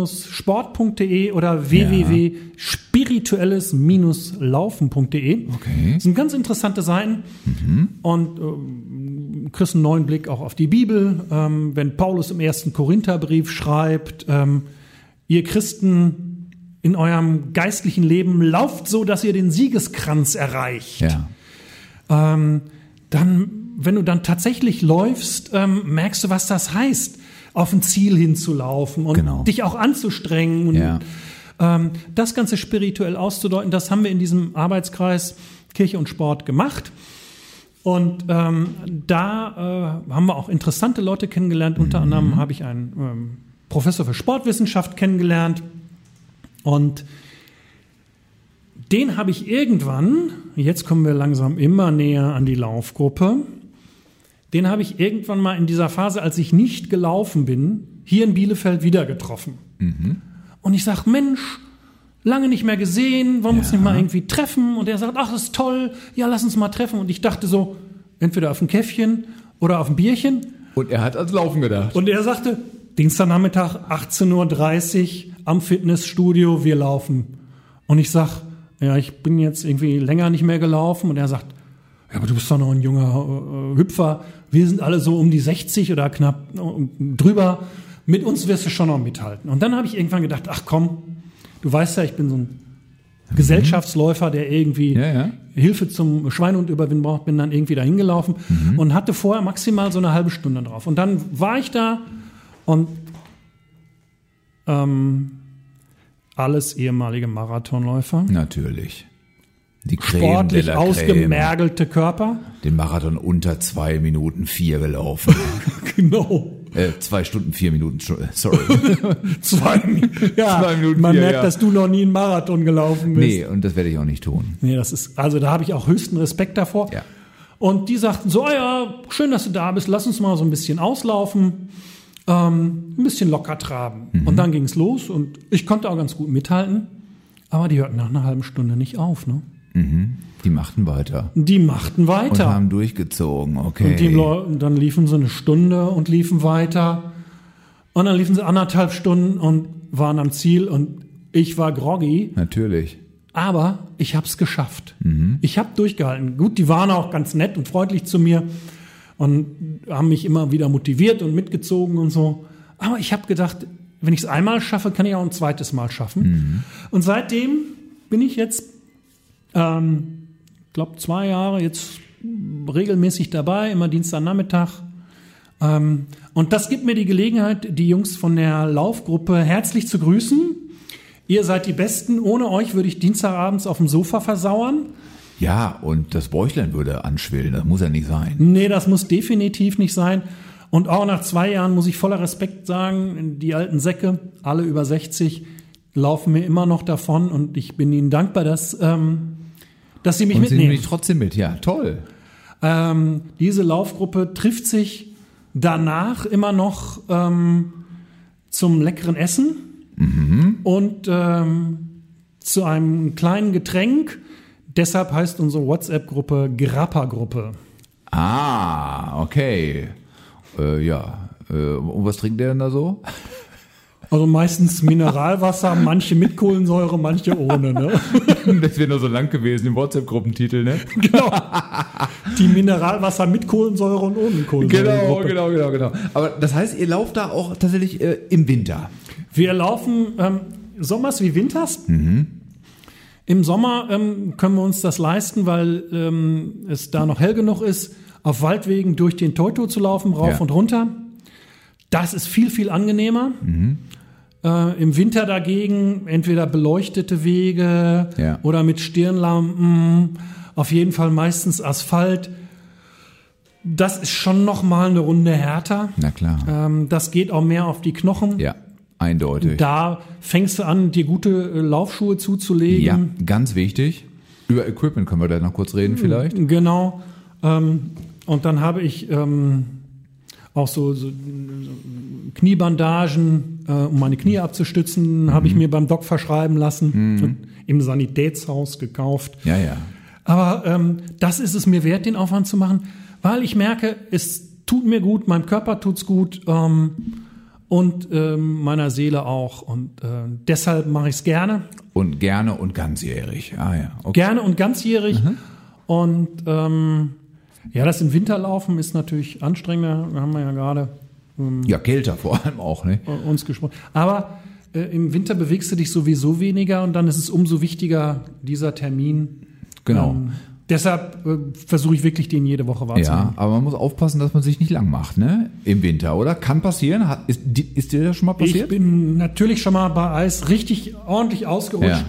Speaker 2: www.kirche-und-sport.de oder www.spirituelles-laufen.de.
Speaker 3: Okay.
Speaker 2: Das sind ganz interessante Seiten
Speaker 3: Mhm.
Speaker 2: und ähm, kriegst einen neuen Blick auch auf die Bibel. Ähm, wenn Paulus im ersten Korintherbrief schreibt, ähm, ihr Christen in eurem geistlichen Leben lauft so, dass ihr den Siegeskranz erreicht
Speaker 3: Ja.
Speaker 2: ähm, dann, wenn du dann tatsächlich läufst, ähm, merkst du, was das heißt, auf ein Ziel hinzulaufen und
Speaker 3: Genau.
Speaker 2: dich auch anzustrengen und
Speaker 3: Ja.
Speaker 2: ähm, das Ganze spirituell auszudeuten. Das haben wir in diesem Arbeitskreis Kirche und Sport gemacht. Und ähm, da äh, haben wir auch interessante Leute kennengelernt. Unter anderem habe ich einen ähm, Professor für Sportwissenschaft kennengelernt. Und den habe ich irgendwann, jetzt kommen wir langsam immer näher an die Laufgruppe, den habe ich irgendwann mal in dieser Phase, als ich nicht gelaufen bin, hier in Bielefeld wieder getroffen. Und ich sage, Mensch, lange nicht mehr gesehen, wollen wir uns nicht mal irgendwie treffen? Und er sagt, ach, das ist toll, ja, lass uns mal treffen. Und ich dachte so, entweder auf ein Käffchen oder auf ein Bierchen.
Speaker 3: Und er hat ans Laufen gedacht.
Speaker 2: Und er sagte, Dienstagnachmittag, 18.30 Uhr am Fitnessstudio, wir laufen. Und ich sag, ja, ich bin jetzt irgendwie länger nicht mehr gelaufen. Und er sagt, ja, aber du bist doch noch ein junger äh, Hüpfer. Wir sind alle so um die 60 oder knapp äh, drüber. Mit uns wirst du schon noch mithalten. Und dann habe ich irgendwann gedacht, ach komm, du weißt ja, ich bin so ein Gesellschaftsläufer, der irgendwie
Speaker 3: Mhm. Ja, ja.
Speaker 2: Hilfe zum Schweinehund überwinden braucht, bin dann irgendwie da hingelaufen
Speaker 3: Mhm.
Speaker 2: und hatte vorher maximal so eine halbe Stunde drauf. Und dann war ich da und Ähm, alles ehemalige Marathonläufer.
Speaker 3: Natürlich. Die Creme de
Speaker 2: Sportlich
Speaker 3: la Creme.
Speaker 2: ausgemergelte Körper.
Speaker 3: Den Marathon unter zwei Minuten vier gelaufen.
Speaker 2: Genau.
Speaker 3: äh, zwei Stunden vier Minuten, Schu- sorry.
Speaker 2: Zwei, ja,
Speaker 3: Zwei Minuten
Speaker 2: Man
Speaker 3: vier,
Speaker 2: merkt,
Speaker 3: ja.
Speaker 2: dass du noch nie einen Marathon gelaufen bist.
Speaker 3: nee, und das werde ich auch nicht tun.
Speaker 2: Nee, das ist, also da habe ich auch höchsten Respekt davor.
Speaker 3: Ja.
Speaker 2: Und die sagten so, ah ja, schön, dass du da bist, lass uns mal so ein bisschen auslaufen, ähm, ein bisschen locker traben.
Speaker 3: Mhm.
Speaker 2: Und dann ging es los und ich konnte auch ganz gut mithalten, aber die hörten nach einer halben Stunde nicht auf. Ne?
Speaker 3: Die machten weiter.
Speaker 2: Die machten
Speaker 3: Und
Speaker 2: weiter.
Speaker 3: haben durchgezogen, okay.
Speaker 2: Und die Leute, dann liefen sie eine Stunde und liefen weiter. Und dann liefen sie anderthalb Stunden und waren am Ziel und ich war groggy.
Speaker 3: Natürlich.
Speaker 2: Aber ich habe es geschafft. Ich habe durchgehalten. Gut, die waren auch ganz nett und freundlich zu mir und haben mich immer wieder motiviert und mitgezogen und so. Aber ich habe gedacht, wenn ich es einmal schaffe, kann ich auch ein zweites Mal schaffen. Und seitdem bin ich jetzt, ähm, glaube zwei Jahre jetzt regelmäßig dabei, immer Dienstagnachmittag. Ähm, und das gibt mir die Gelegenheit, die Jungs von der Laufgruppe herzlich zu grüßen. Ihr seid die Besten. Ohne euch würde ich Dienstagabends auf dem Sofa versauern.
Speaker 3: Ja, und das Bäuchlein würde anschwillen. Das muss ja nicht sein.
Speaker 2: Nee, das muss definitiv nicht sein. Und auch nach zwei Jahren muss ich voller Respekt sagen, die alten Säcke, alle über 60, laufen mir immer noch davon und ich bin ihnen dankbar, dass, ähm, dass sie mich
Speaker 3: Und sie nehmen
Speaker 2: mitnehmen.
Speaker 3: mich trotzdem mit. Ja, toll.
Speaker 2: Ähm, diese Laufgruppe trifft sich danach immer noch ähm, zum leckeren Essen und ähm, zu einem kleinen Getränk. Deshalb heißt unsere WhatsApp-Gruppe Grappa-Gruppe.
Speaker 3: Ah, okay. Äh, ja. Äh, und was trinkt der denn da so?
Speaker 2: Also meistens Mineralwasser, manche mit Kohlensäure, manche ohne. Ne?
Speaker 3: das wäre nur so lang gewesen im WhatsApp-Gruppentitel, ne?
Speaker 2: Die Mineralwasser mit Kohlensäure und ohne Kohlensäure.
Speaker 3: Genau, genau, genau, genau. Aber das heißt, ihr lauft da auch tatsächlich äh, im Winter.
Speaker 2: Wir laufen ähm, sommers wie winters.
Speaker 3: Mhm.
Speaker 2: Im Sommer ähm, können wir uns das leisten, weil ähm, es da noch hell genug ist, auf Waldwegen durch den Teuto zu laufen, rauf
Speaker 3: Ja.
Speaker 2: und runter. Das ist viel, viel angenehmer.
Speaker 3: Mhm.
Speaker 2: Äh, Im Winter dagegen entweder beleuchtete Wege
Speaker 3: Ja.
Speaker 2: oder mit Stirnlampen, auf jeden Fall meistens Asphalt. Das ist schon noch mal eine Runde härter.
Speaker 3: Na klar.
Speaker 2: Ähm, das geht auch mehr auf die Knochen.
Speaker 3: Ja, eindeutig.
Speaker 2: Da fängst du an, dir gute äh, Laufschuhe zuzulegen.
Speaker 3: ja, ganz wichtig. Über Equipment können wir da noch kurz reden vielleicht.
Speaker 2: Genau. Ähm, und dann habe ich ähm, auch so, so äh, Kniebandagen, äh, um meine Knie abzustützen, habe ich mir beim Doc verschreiben lassen und im Sanitätshaus gekauft.
Speaker 3: Ja, ja.
Speaker 2: Aber ähm, das ist es mir wert, den Aufwand zu machen, weil ich merke, es tut mir gut, meinem Körper tut's gut ähm, und ähm, meiner Seele auch. Und äh, deshalb mache ich's gerne.
Speaker 3: Und gerne und ganzjährig. Ah ja, okay.
Speaker 2: Gerne und ganzjährig.
Speaker 3: Mhm.
Speaker 2: Und ähm, ja, das im Winterlaufen ist natürlich anstrengender, haben wir ja gerade
Speaker 3: Ja, kälter vor allem auch, ne?
Speaker 2: äh, uns gesprochen. Aber äh, im Winter bewegst du dich sowieso weniger und dann ist es umso wichtiger, dieser Termin.
Speaker 3: Genau.
Speaker 2: Ähm, deshalb äh, versuche ich wirklich, den jede Woche wahrzunehmen.
Speaker 3: Ja, aber man muss aufpassen, dass man sich nicht lang macht, ne? Im Winter, oder? Kann passieren. Hat, ist, di- ist dir das schon mal
Speaker 2: Ich
Speaker 3: passiert?
Speaker 2: bin natürlich schon mal bei Eis richtig ordentlich ausgerutscht,
Speaker 3: Ja.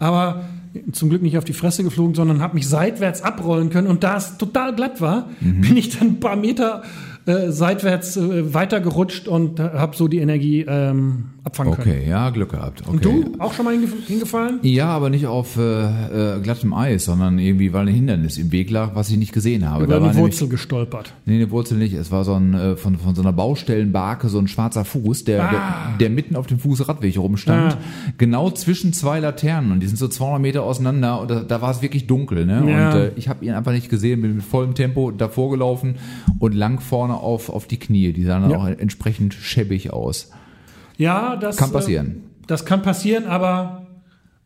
Speaker 2: aber zum Glück nicht auf die Fresse geflogen, sondern habe mich seitwärts abrollen können. Und da es total glatt war,
Speaker 3: Mhm.
Speaker 2: bin ich dann ein paar Meter äh, seitwärts äh, weitergerutscht und habe so die Energie ähm, abfangen können.
Speaker 3: okay, ja, Glück gehabt. Okay.
Speaker 2: Und du auch schon mal hingef- hingefallen?
Speaker 3: Ja, aber nicht auf äh, äh, glattem Eis, sondern irgendwie, weil ein Hindernis im Weg lag, was ich nicht gesehen habe.
Speaker 2: Über
Speaker 3: da war
Speaker 2: eine
Speaker 3: nämlich,
Speaker 2: Wurzel gestolpert.
Speaker 3: nee, eine Wurzel nicht. Es war so ein äh, von, von so einer Baustellenbarke so ein schwarzer Fuß, der, der, der mitten auf dem Fußradweg rumstand,
Speaker 2: Ah.
Speaker 3: genau zwischen zwei Laternen und die sind so 200 Meter auseinander und da, da war es wirklich dunkel, ne?
Speaker 2: Ja.
Speaker 3: Und äh, ich habe ihn einfach nicht gesehen, bin mit vollem Tempo davor gelaufen und lang vorne auf auf die Knie. Die sahen dann
Speaker 2: Ja.
Speaker 3: auch entsprechend schäbig aus.
Speaker 2: Ja, das
Speaker 3: Kann passieren.
Speaker 2: Äh, das kann passieren, aber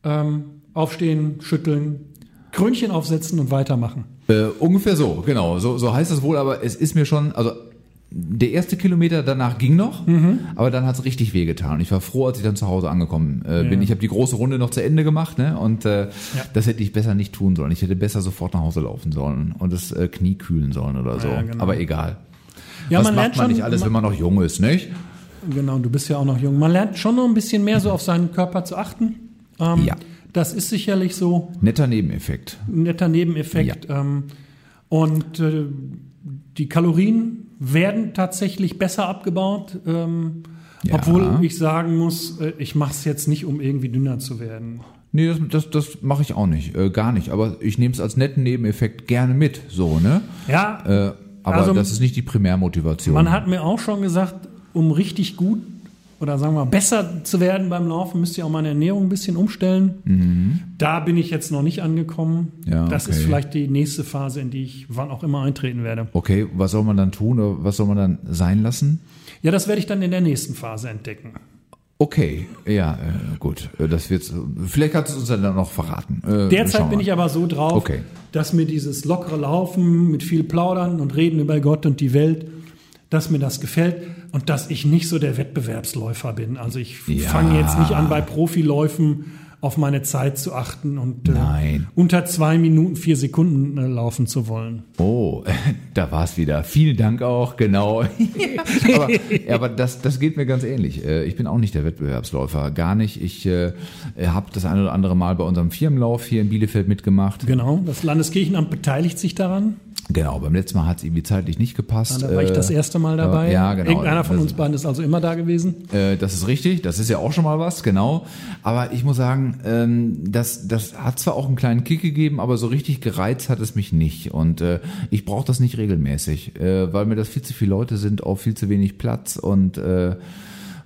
Speaker 2: ähm, aufstehen, schütteln, Krönchen aufsetzen und weitermachen.
Speaker 3: Äh, ungefähr so, genau. So, so heißt es wohl, aber es ist mir schon, also der erste Kilometer danach ging noch,
Speaker 2: Mhm.
Speaker 3: aber dann hat es richtig wehgetan. Und ich war froh, als ich dann zu Hause angekommen äh, bin. Ich habe die große Runde noch zu Ende gemacht, ne? Und äh, das hätte ich besser nicht tun sollen. Ich hätte besser sofort nach Hause laufen sollen und das äh, Knie kühlen sollen oder so.
Speaker 2: Ja, genau.
Speaker 3: Aber egal.
Speaker 2: Ja,
Speaker 3: Was
Speaker 2: man
Speaker 3: macht
Speaker 2: lernt
Speaker 3: man
Speaker 2: schon-
Speaker 3: nicht alles,
Speaker 2: man-
Speaker 3: wenn man noch jung ist, nicht?
Speaker 2: Genau, du bist ja auch noch jung. Man lernt schon noch ein bisschen mehr so auf seinen Körper zu achten. Ähm,
Speaker 3: Ja.
Speaker 2: Das ist sicherlich so
Speaker 3: Netter Nebeneffekt.
Speaker 2: ein netter Nebeneffekt. Ähm, und äh, die Kalorien werden tatsächlich besser abgebaut, ähm,
Speaker 3: Ja.
Speaker 2: obwohl ich sagen muss, äh, ich mache es jetzt nicht, um irgendwie dünner zu werden.
Speaker 3: Nee, das, das, das mache ich auch nicht. Äh, gar nicht. Aber ich nehme es als netten Nebeneffekt gerne mit. So, ne?
Speaker 2: Ja,
Speaker 3: Äh, aber
Speaker 2: Also-
Speaker 3: das ist nicht die Primärmotivation.
Speaker 2: Man hat mir auch schon gesagt, um richtig gut oder sagen wir mal, besser zu werden beim Laufen, müsst ihr auch meine Ernährung ein bisschen umstellen. Da bin ich jetzt noch nicht angekommen.
Speaker 3: Mhm. Ja,
Speaker 2: das ist
Speaker 3: okay.
Speaker 2: vielleicht die nächste Phase, in die ich wann auch immer eintreten werde.
Speaker 3: okay, was soll man dann tun oder was soll man dann sein lassen?
Speaker 2: Ja, das werde ich dann in der nächsten Phase entdecken.
Speaker 3: Okay, ja, äh, gut. Äh, Das wird's. Vielleicht kannst du uns dann noch verraten. Äh,
Speaker 2: Derzeit
Speaker 3: schauen wir
Speaker 2: bin ich aber so drauf,
Speaker 3: Okay.
Speaker 2: dass mir dieses lockere Laufen mit viel Plaudern und Reden über Gott und die Welt, dass mir das gefällt und dass ich nicht so der Wettbewerbsläufer bin. Also ich
Speaker 3: Ja.
Speaker 2: fange jetzt nicht an, bei Profiläufen auf meine Zeit zu achten und äh,
Speaker 3: Nein.
Speaker 2: unter zwei Minuten vier Sekunden äh, laufen zu wollen.
Speaker 3: Oh, da war's wieder. Vielen Dank auch, genau. aber aber das, das geht mir ganz ähnlich. Äh, Ich bin auch nicht der Wettbewerbsläufer, gar nicht. Ich äh, habe das ein oder andere Mal bei unserem Firmenlauf hier in Bielefeld mitgemacht.
Speaker 2: Genau, das Landeskirchenamt beteiligt sich daran.
Speaker 3: Genau, beim letzten Mal hat's irgendwie zeitlich nicht gepasst.
Speaker 2: Da war ich
Speaker 3: Äh,
Speaker 2: das erste Mal dabei.
Speaker 3: Ja, genau.
Speaker 2: Irgendeiner von
Speaker 3: Das-
Speaker 2: uns beiden ist also immer da gewesen.
Speaker 3: Äh, das ist richtig, das ist ja auch schon mal was, genau. Aber ich muss sagen, ähm, das, das hat zwar auch einen kleinen Kick gegeben, aber so richtig gereizt hat es mich nicht. Und äh, ich brauche das nicht regelmäßig, äh, weil mir das viel zu viele Leute sind, auch viel zu wenig Platz und äh,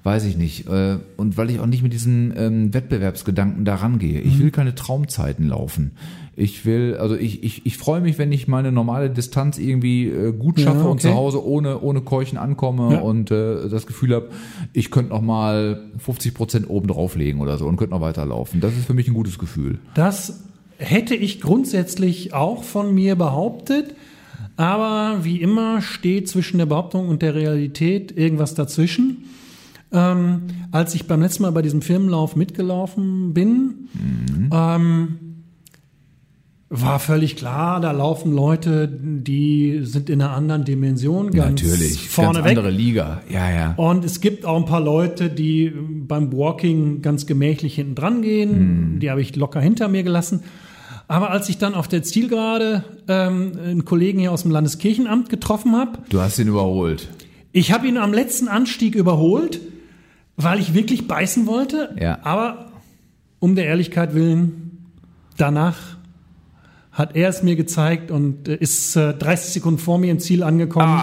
Speaker 3: weiß ich nicht. Äh, und weil ich auch nicht mit diesem ähm, Wettbewerbsgedanken da rangehe.
Speaker 2: Mhm.
Speaker 3: Ich will keine Traumzeiten laufen. Ich will, also ich, ich, ich freue mich, wenn ich meine normale Distanz irgendwie äh, gut schaffe und
Speaker 2: okay.
Speaker 3: zu Hause Hause ohne, ohne Keuchen ankomme
Speaker 2: Ja.
Speaker 3: und äh, das Gefühl habe, ich könnte noch mal 50 Prozent oben drauflegen oder so und könnte noch weiterlaufen. Das ist für mich ein gutes Gefühl.
Speaker 2: Das hätte ich grundsätzlich auch von mir behauptet, aber wie immer steht zwischen der Behauptung und der Realität irgendwas dazwischen. Ähm, als ich beim letzten Mal bei diesem Firmenlauf mitgelaufen bin,
Speaker 3: Mhm.
Speaker 2: ähm, war völlig klar, da laufen Leute, die sind in einer anderen Dimension, ganz Oh. vorne
Speaker 3: Ganz
Speaker 2: weg.
Speaker 3: andere Liga. Ja, ja.
Speaker 2: Und es gibt auch ein paar Leute, die ähm, beim Walking ganz gemächlich hinten dran gehen. Die habe ich locker hinter mir gelassen. Aber als ich dann auf der Zielgerade ähm, einen Kollegen hier aus dem Landeskirchenamt getroffen habe,
Speaker 3: Du hast ihn überholt.
Speaker 2: ich habe ihn am letzten Anstieg überholt, weil ich wirklich beißen wollte.
Speaker 3: Ja.
Speaker 2: Aber um der Ehrlichkeit willen, danach hat er es mir gezeigt und äh, ist äh, 30 Sekunden vor mir im Ziel angekommen.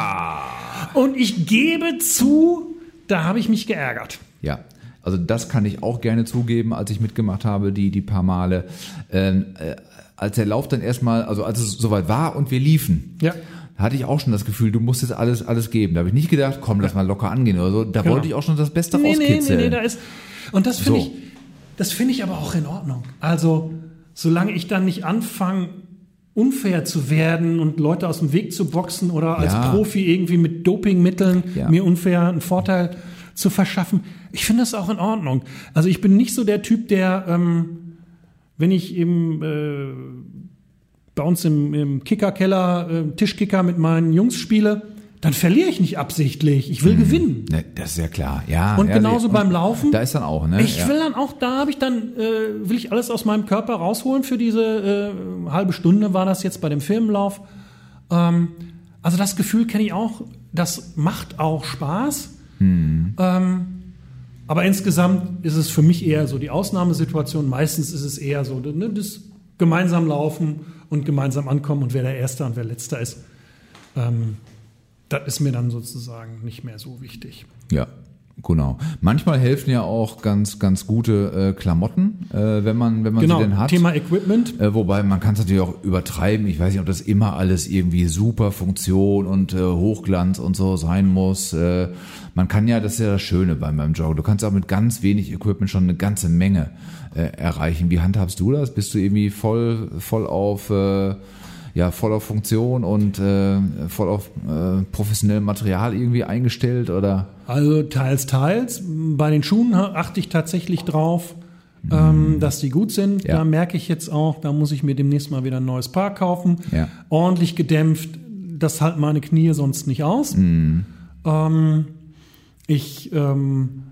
Speaker 2: Und ich gebe zu, da habe ich mich geärgert.
Speaker 3: Ja. Also das kann ich auch gerne zugeben, als ich mitgemacht habe, die, die paar Male. Ähm, äh, als der Lauf dann erstmal, also als es soweit war und wir liefen,
Speaker 2: Ja.
Speaker 3: hatte ich auch schon das Gefühl, du musst jetzt alles, alles geben. Da habe ich nicht gedacht, komm, lass mal locker angehen oder so. Da
Speaker 2: Genau.
Speaker 3: wollte ich auch schon das Beste rauskitzeln.
Speaker 2: da ist. Und das finde
Speaker 3: So.
Speaker 2: ich, das finde ich aber auch in Ordnung. Also, solange ich dann nicht anfange, unfair zu werden und Leute aus dem Weg zu boxen oder als
Speaker 3: Ja.
Speaker 2: Profi irgendwie mit Dopingmitteln
Speaker 3: Ja.
Speaker 2: mir unfair einen Vorteil zu verschaffen, ich finde das auch in Ordnung. Also ich bin nicht so der Typ, der, ähm, wenn ich eben äh, bei uns im, im Kickerkeller äh, Tischkicker mit meinen Jungs spiele, dann verliere ich nicht absichtlich. Ich will gewinnen.
Speaker 3: Ne, das ist ja klar, ja.
Speaker 2: Und
Speaker 3: ja,
Speaker 2: genauso
Speaker 3: und
Speaker 2: beim Laufen.
Speaker 3: Da ist dann auch, ne?
Speaker 2: Ich
Speaker 3: ja.
Speaker 2: will dann auch, da habe ich dann, äh, will ich alles aus meinem Körper rausholen für diese äh, halbe Stunde war das jetzt bei dem Filmlauf. Ähm, also das Gefühl kenne ich auch, das macht auch Spaß.
Speaker 3: Hm.
Speaker 2: Ähm, aber insgesamt ist es für mich eher so die Ausnahmesituation. Meistens ist es eher so, ne, das gemeinsam laufen und gemeinsam ankommen und wer der Erste und wer Letzter ist. Ähm, das ist mir dann sozusagen nicht mehr so wichtig.
Speaker 3: Ja, genau. Manchmal helfen ja auch ganz, ganz gute äh, Klamotten, äh, wenn man, wenn man
Speaker 2: Genau,
Speaker 3: sie denn hat.
Speaker 2: Thema Equipment.
Speaker 3: Äh, Wobei man kann es natürlich auch übertreiben. Ich weiß nicht, ob das immer alles irgendwie super Funktion und äh, Hochglanz und so sein muss. Äh, man kann ja, das ist ja das Schöne beim, beim Joggen. Du kannst auch mit ganz wenig Equipment schon eine ganze Menge äh, erreichen. Wie handhabst du das? Bist du irgendwie voll, voll auf äh, ja, voll auf Funktion und äh, voll auf äh, professionellem Material irgendwie eingestellt oder?
Speaker 2: Also teils, teils. Bei den Schuhen ha- achte ich tatsächlich drauf, ähm, dass die gut sind.
Speaker 3: Mhm. Ja.
Speaker 2: Da merke ich jetzt auch, da muss ich mir demnächst mal wieder ein neues Paar kaufen.
Speaker 3: Ja.
Speaker 2: Ordentlich
Speaker 3: Mhm.
Speaker 2: gedämpft, das halten meine Knie sonst nicht aus. Ähm, Ich ähm,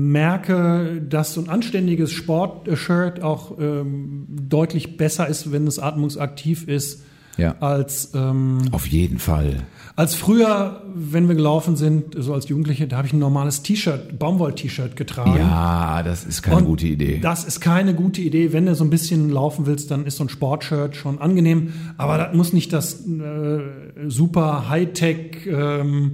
Speaker 2: merke, dass so ein anständiges Sport-Shirt auch ähm, deutlich besser ist, wenn es atmungsaktiv ist,
Speaker 3: Ja.
Speaker 2: als, ähm,
Speaker 3: Auf jeden Fall.
Speaker 2: als früher, wenn wir gelaufen sind, so als Jugendliche, da habe ich ein normales T-Shirt, Baumwoll-T-Shirt getragen.
Speaker 3: Ja, das ist keine
Speaker 2: Ah. Und
Speaker 3: gute Idee.
Speaker 2: Das ist keine gute Idee. Wenn du so ein bisschen laufen willst, dann ist so ein Sportshirt schon angenehm. Aber das muss nicht das äh, super Hightech ähm,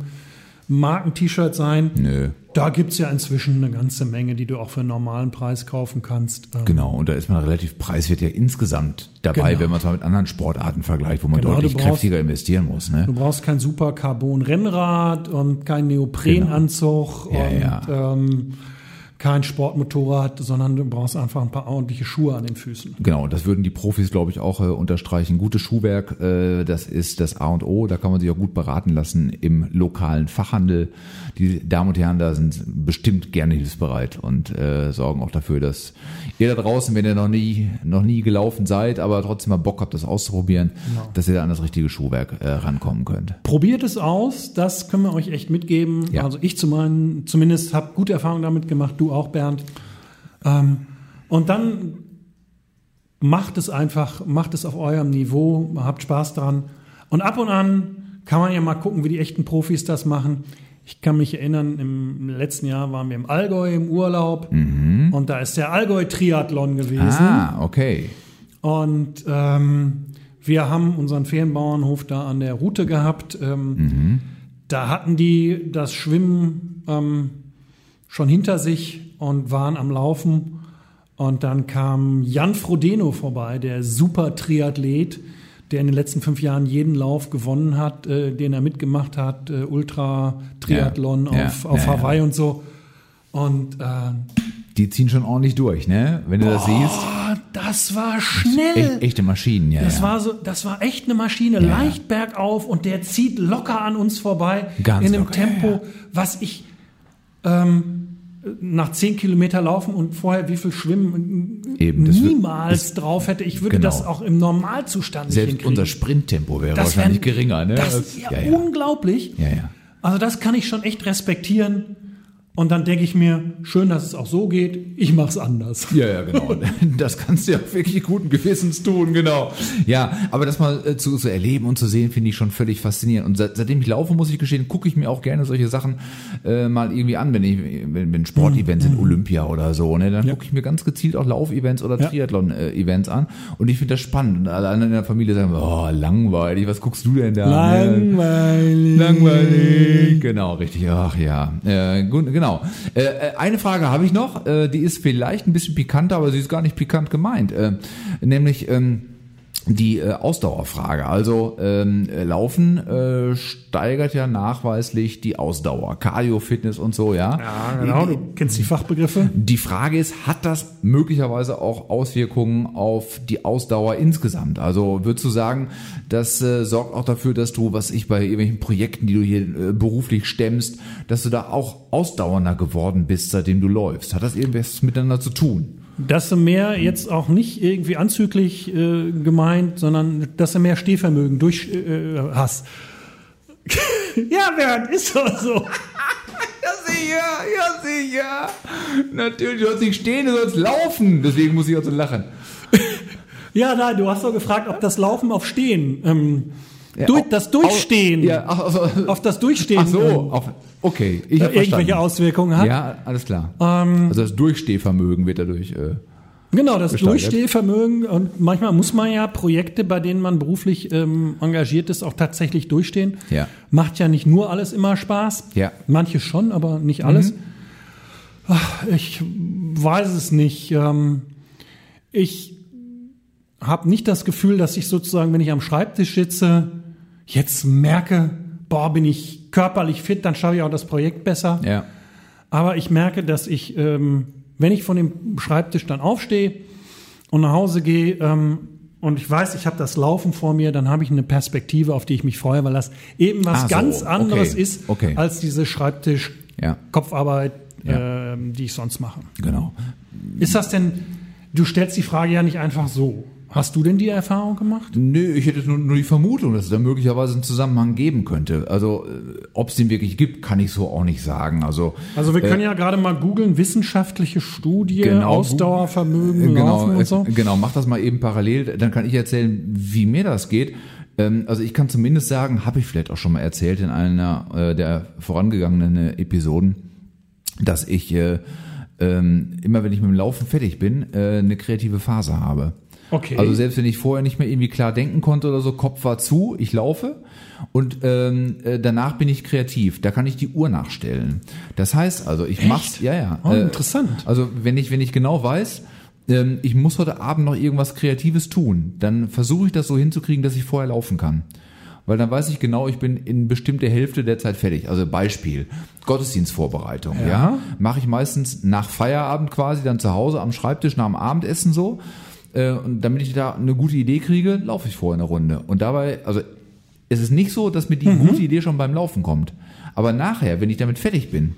Speaker 2: Marken-T-Shirt sein.
Speaker 3: Nö.
Speaker 2: Da gibt's ja inzwischen eine ganze Menge, die du auch für einen normalen Preis kaufen kannst. Ähm,
Speaker 3: Genau, und da ist man relativ preiswert ja insgesamt dabei,
Speaker 2: Genau.
Speaker 3: wenn man es mal mit anderen Sportarten vergleicht, wo man
Speaker 2: Genau,
Speaker 3: deutlich
Speaker 2: du brauchst-
Speaker 3: kräftiger investieren muss. Ne?
Speaker 2: Du brauchst kein super Carbon-Rennrad und kein Neoprenanzug
Speaker 3: Genau. Ja,
Speaker 2: und
Speaker 3: ja.
Speaker 2: Ähm, kein Sportmotorrad, sondern du brauchst einfach ein paar ordentliche Schuhe an den Füßen.
Speaker 3: Genau, das würden die Profis, glaube ich, auch äh, unterstreichen. Gutes Schuhwerk, äh, das ist das A und O. Da kann man sich auch gut beraten lassen im lokalen Fachhandel. Die Damen und Herren da sind bestimmt gerne hilfsbereit und äh, sorgen auch dafür, dass ihr da draußen, wenn ihr noch nie, noch nie gelaufen seid, aber trotzdem mal Bock habt, das auszuprobieren,
Speaker 2: Genau.
Speaker 3: dass ihr da an das richtige Schuhwerk äh, rankommen könnt.
Speaker 2: Probiert es aus, das können wir euch echt mitgeben.
Speaker 3: Ja.
Speaker 2: Also ich zu meinen, zumindest habe gute Erfahrungen damit gemacht, du auch, Bernd. Ähm, und dann macht es einfach, macht es auf eurem Niveau, habt Spaß dran. Und ab und an kann man ja mal gucken, wie die echten Profis das machen. Ich kann mich erinnern, im letzten Jahr waren wir im Allgäu im Urlaub und da ist der Allgäu-Triathlon gewesen.
Speaker 3: Mhm. Ah, okay.
Speaker 2: Und ähm, wir haben unseren Ferienbauernhof da an der Route gehabt. Ähm,
Speaker 3: Mhm.
Speaker 2: Da hatten die das Schwimmen ähm, schon hinter sich und waren am Laufen. Und dann kam Jan Frodeno vorbei, der super Triathlet, der in den letzten fünf Jahren jeden Lauf gewonnen hat, äh, den er mitgemacht hat, äh, Ultra-Triathlon
Speaker 3: Ja, ja,
Speaker 2: auf, auf
Speaker 3: ja, ja.
Speaker 2: Hawaii und so. Und äh,
Speaker 3: Die ziehen schon ordentlich durch, ne? Wenn du das siehst.
Speaker 2: oh, das war schnell.
Speaker 3: Echt, echte Maschinen, ja.
Speaker 2: ne? Das
Speaker 3: ja.
Speaker 2: war so, das war echt eine Maschine,
Speaker 3: Ja.
Speaker 2: leicht bergauf und der zieht locker an uns vorbei
Speaker 3: Ganz
Speaker 2: in einem
Speaker 3: locker,
Speaker 2: Tempo,
Speaker 3: ja, ja.
Speaker 2: was ich ähm, nach zehn Kilometer laufen und vorher wie viel schwimmen
Speaker 3: Eben, das wür-
Speaker 2: niemals drauf hätte. Ich würde
Speaker 3: genau.
Speaker 2: das auch im Normalzustand nicht
Speaker 3: Selbst
Speaker 2: hinkriegen.
Speaker 3: unser Sprinttempo wäre
Speaker 2: Das wär-
Speaker 3: wahrscheinlich geringer, ne?
Speaker 2: Das
Speaker 3: Als-
Speaker 2: ist ja, unglaublich.
Speaker 3: Ja, ja.
Speaker 2: Also das kann ich schon echt respektieren. Und dann denke ich mir, schön, dass es auch so geht. Ich mach's anders.
Speaker 3: Ja, ja, genau. Das kannst du ja auch wirklich guten Gewissens tun, genau. Ja, aber das mal äh, zu, zu erleben und zu sehen, finde ich schon völlig faszinierend. Und seit, seitdem ich laufe, muss ich gestehen, gucke ich mir auch gerne solche Sachen äh, mal irgendwie an, wenn ich wenn, wenn Sportevents sind, Olympia oder so, ne, dann gucke ich mir ganz gezielt auch Laufevents oder
Speaker 2: Ja.
Speaker 3: Triathlon-Events an. Und ich finde das spannend. Und alle anderen in der Familie sagen, oh, langweilig, was guckst du denn da? Ne?
Speaker 2: Langweilig.
Speaker 3: Langweilig. Genau, richtig. Ach ja. Äh, gut, genau. Äh, äh, eine Frage habe ich noch, äh, die ist vielleicht ein bisschen pikanter, aber sie ist gar nicht pikant gemeint. Äh, nämlich ähm, die äh, Ausdauerfrage. Also ähm, äh, Laufen äh, steigert ja nachweislich die Ausdauer. Cardio, Fitness und so, ja.
Speaker 2: Ja, genau. Du kennst die Fachbegriffe.
Speaker 3: Die Frage ist, hat das möglicherweise auch Auswirkungen auf die Ausdauer insgesamt? Also würdest du sagen, das äh, sorgt auch dafür, dass du, was ich bei irgendwelchen Projekten, die du hier äh, beruflich stemmst, dass du da auch ausdauernder geworden bist, seitdem du läufst? Hat das irgendwas miteinander zu tun?
Speaker 2: Dass er mehr jetzt auch nicht irgendwie anzüglich äh, gemeint, sondern dass er mehr Stehvermögen durch äh, Hass. ja, Bernd, ist doch so.
Speaker 3: Ja, sicher, ja, sicher. Natürlich, du sollst nicht stehen, du sollst laufen. Deswegen muss ich auch so lachen.
Speaker 2: Ja, nein, du hast doch gefragt, ob das Laufen auf Stehen, ähm, durch, das Durchstehen,
Speaker 3: Ja, ach, also,
Speaker 2: auf das Durchstehen
Speaker 3: ach so,
Speaker 2: ähm,
Speaker 3: auf, okay. Ich hab
Speaker 2: Äh, irgendwelche
Speaker 3: verstanden.
Speaker 2: Auswirkungen hat. Ähm,
Speaker 3: Ja, alles klar. also das Durchstehvermögen wird dadurch. Äh,
Speaker 2: Genau, das
Speaker 3: gesteigert.
Speaker 2: Durchstehvermögen. Und manchmal muss man ja Projekte, bei denen man beruflich ähm, engagiert ist, auch tatsächlich durchstehen.
Speaker 3: Ja.
Speaker 2: Macht ja nicht nur alles immer Spaß.
Speaker 3: Ja. Mhm.
Speaker 2: Manches schon, aber nicht alles. Ach, ich weiß es nicht. Ähm, ich habe nicht das Gefühl, dass ich sozusagen, wenn ich am Schreibtisch sitze, jetzt merke, boah, bin ich körperlich fit, dann schaffe ich auch das Projekt besser.
Speaker 3: ja.
Speaker 2: Aber ich merke, dass ich, ähm, wenn ich von dem Schreibtisch dann aufstehe und nach Hause gehe ähm, und ich weiß, ich habe das Laufen vor mir, dann habe ich eine Perspektive, auf die ich mich freue, weil das eben was
Speaker 3: Ah, so.
Speaker 2: ganz anderes
Speaker 3: Okay.
Speaker 2: ist
Speaker 3: Okay.
Speaker 2: als diese
Speaker 3: Ja.
Speaker 2: Schreibtisch-Kopfarbeit,
Speaker 3: Ja.
Speaker 2: ähm, die ich sonst mache.
Speaker 3: Genau.
Speaker 2: Ist das denn, du stellst die Frage ja nicht einfach so. Hast du denn die Erfahrung gemacht?
Speaker 3: Nö, ich hätte nur, nur die Vermutung, dass es da möglicherweise einen Zusammenhang geben könnte. Also, ob es den wirklich gibt, kann ich so auch nicht sagen. Also,
Speaker 2: Also wir können ja gerade mal googeln, wissenschaftliche Studie,
Speaker 3: Genau,
Speaker 2: Ausdauervermögen,
Speaker 3: genau,
Speaker 2: Laufen und so.
Speaker 3: äh, genau, mach das mal eben parallel, dann kann ich erzählen, wie mir das geht. Ähm, also ich kann zumindest sagen, habe ich vielleicht auch schon mal erzählt in einer äh, der vorangegangenen äh, Episoden, dass ich äh, ähm, immer, wenn ich mit dem Laufen fertig bin, äh, eine kreative Phase habe.
Speaker 2: Okay.
Speaker 3: Also selbst wenn ich vorher nicht mehr irgendwie klar denken konnte oder so, Kopf war zu, ich laufe und ähm, äh, danach bin ich kreativ. Da kann ich die Uhr nachstellen. Das heißt also, ich mach's, ja, ja.
Speaker 2: Oh, interessant.
Speaker 3: Also wenn ich, wenn ich genau weiß, ähm, ich muss heute Abend noch irgendwas Kreatives tun, dann versuche ich das so hinzukriegen, dass ich vorher laufen kann. Weil dann weiß ich genau, ich bin in bestimmte Hälfte der Zeit fertig. Also Beispiel, Gottesdienstvorbereitung, ja. Mache ich meistens nach Feierabend quasi, dann zu Hause am Schreibtisch, nach dem Abendessen so. Äh, und damit ich da eine gute Idee kriege, laufe ich vorher eine Runde. Und dabei, also es ist nicht so, dass mir die gute Idee schon beim Laufen kommt. Aber nachher, wenn ich damit fertig bin,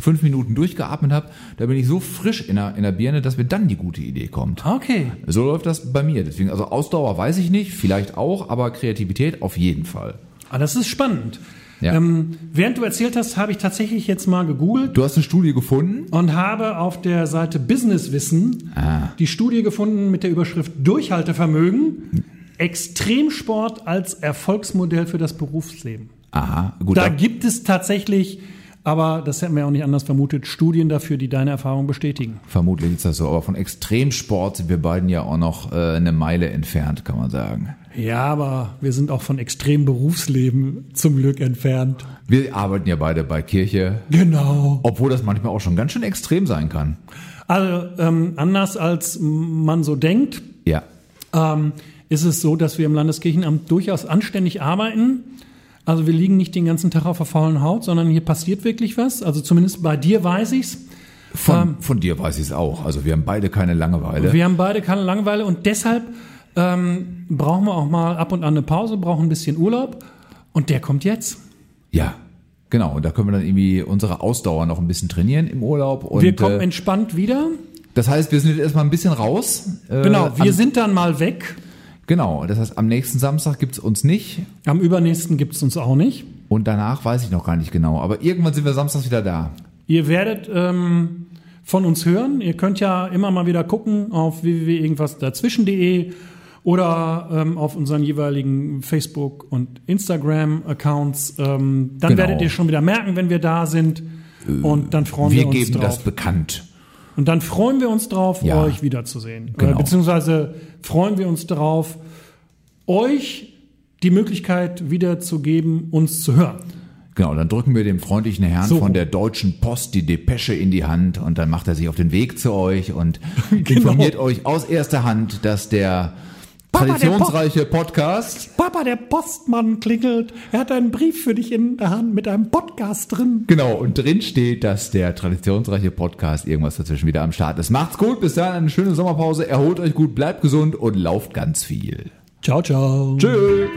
Speaker 3: fünf Minuten durchgeatmet habe, da bin ich so frisch in der, in der Birne, dass mir dann die gute Idee kommt.
Speaker 2: Okay.
Speaker 3: So läuft das bei mir. Deswegen, also Ausdauer weiß ich nicht, vielleicht auch, aber Kreativität auf jeden Fall.
Speaker 2: Ah, das ist spannend.
Speaker 3: Ja.
Speaker 2: Ähm, während du erzählt hast, habe ich tatsächlich jetzt mal gegoogelt
Speaker 3: Du hast eine Studie gefunden?
Speaker 2: und habe auf der Seite Business Wissen die Studie gefunden mit der Überschrift Durchhaltevermögen, Extremsport als Erfolgsmodell für das Berufsleben.
Speaker 3: Aha, gut.
Speaker 2: Da
Speaker 3: da-
Speaker 2: gibt es tatsächlich, aber das hätten wir auch nicht anders vermutet, Studien dafür, die deine Erfahrung bestätigen.
Speaker 3: vermutlich ist das so. Aber von Extremsport sind wir beiden ja auch noch äh, eine Meile entfernt, kann man sagen.
Speaker 2: Ja, aber wir sind auch von extremem Berufsleben zum Glück entfernt.
Speaker 3: Wir arbeiten ja beide bei Kirche,
Speaker 2: Genau.
Speaker 3: obwohl das manchmal auch schon ganz schön extrem sein kann.
Speaker 2: Also ähm, anders als man so denkt,
Speaker 3: Ja.
Speaker 2: ähm, ist es so, dass wir im Landeskirchenamt durchaus anständig arbeiten. Also wir liegen nicht den ganzen Tag auf der faulen Haut, sondern hier passiert wirklich was. Also zumindest bei dir weiß ich's.
Speaker 3: Von, von dir weiß ich es auch. Also wir haben beide keine Langeweile.
Speaker 2: Ähm, Wir haben beide keine Langeweile und deshalb ähm, brauchen wir auch mal ab und an eine Pause, brauchen ein bisschen Urlaub. Und der kommt jetzt.
Speaker 3: Ja, genau. Und da können wir dann irgendwie unsere Ausdauer noch ein bisschen trainieren im Urlaub. Und,
Speaker 2: Wir kommen
Speaker 3: äh,
Speaker 2: entspannt wieder.
Speaker 3: das heißt, wir sind jetzt erstmal ein bisschen raus. Äh,
Speaker 2: Genau, wir
Speaker 3: am,
Speaker 2: sind dann mal weg.
Speaker 3: Genau, das heißt, am nächsten Samstag gibt's uns nicht.
Speaker 2: Am übernächsten gibt's uns auch nicht.
Speaker 3: Und danach weiß ich noch gar nicht genau. Aber irgendwann sind wir samstags wieder da.
Speaker 2: Ihr werdet ähm, von uns hören. Ihr könnt ja immer mal wieder gucken auf www.irgendwasdazwischen.de oder ähm, auf unseren jeweiligen Facebook- und Instagram-Accounts. Ähm, dann
Speaker 3: Genau. Äh,
Speaker 2: werdet ihr schon wieder merken, wenn wir da sind. Und dann freuen wir,
Speaker 3: Wir
Speaker 2: uns
Speaker 3: geben
Speaker 2: drauf.
Speaker 3: das bekannt.
Speaker 2: Und dann freuen wir uns drauf,
Speaker 3: Ja.
Speaker 2: euch wiederzusehen.
Speaker 3: Genau.
Speaker 2: Äh, Beziehungsweise freuen wir uns drauf, euch die Möglichkeit wiederzugeben, uns zu hören.
Speaker 3: Genau, dann drücken wir dem freundlichen Herrn
Speaker 2: So.
Speaker 3: von der Deutschen Post die Depesche in die Hand und dann macht er sich auf den Weg zu euch und
Speaker 2: Genau.
Speaker 3: informiert euch aus erster Hand, dass der
Speaker 2: Papa, der Post-
Speaker 3: traditionsreiche Podcast
Speaker 2: Papa, der Postmann klingelt. Er hat einen Brief für dich in der Hand mit einem Podcast drin.
Speaker 3: Genau, und drin steht, dass der traditionsreiche Podcast irgendwas dazwischen wieder am Start ist. Macht's gut, bis dahin eine schöne Sommerpause, erholt euch gut, bleibt gesund und lauft ganz viel.
Speaker 2: Ciao, ciao.
Speaker 3: Tschüss.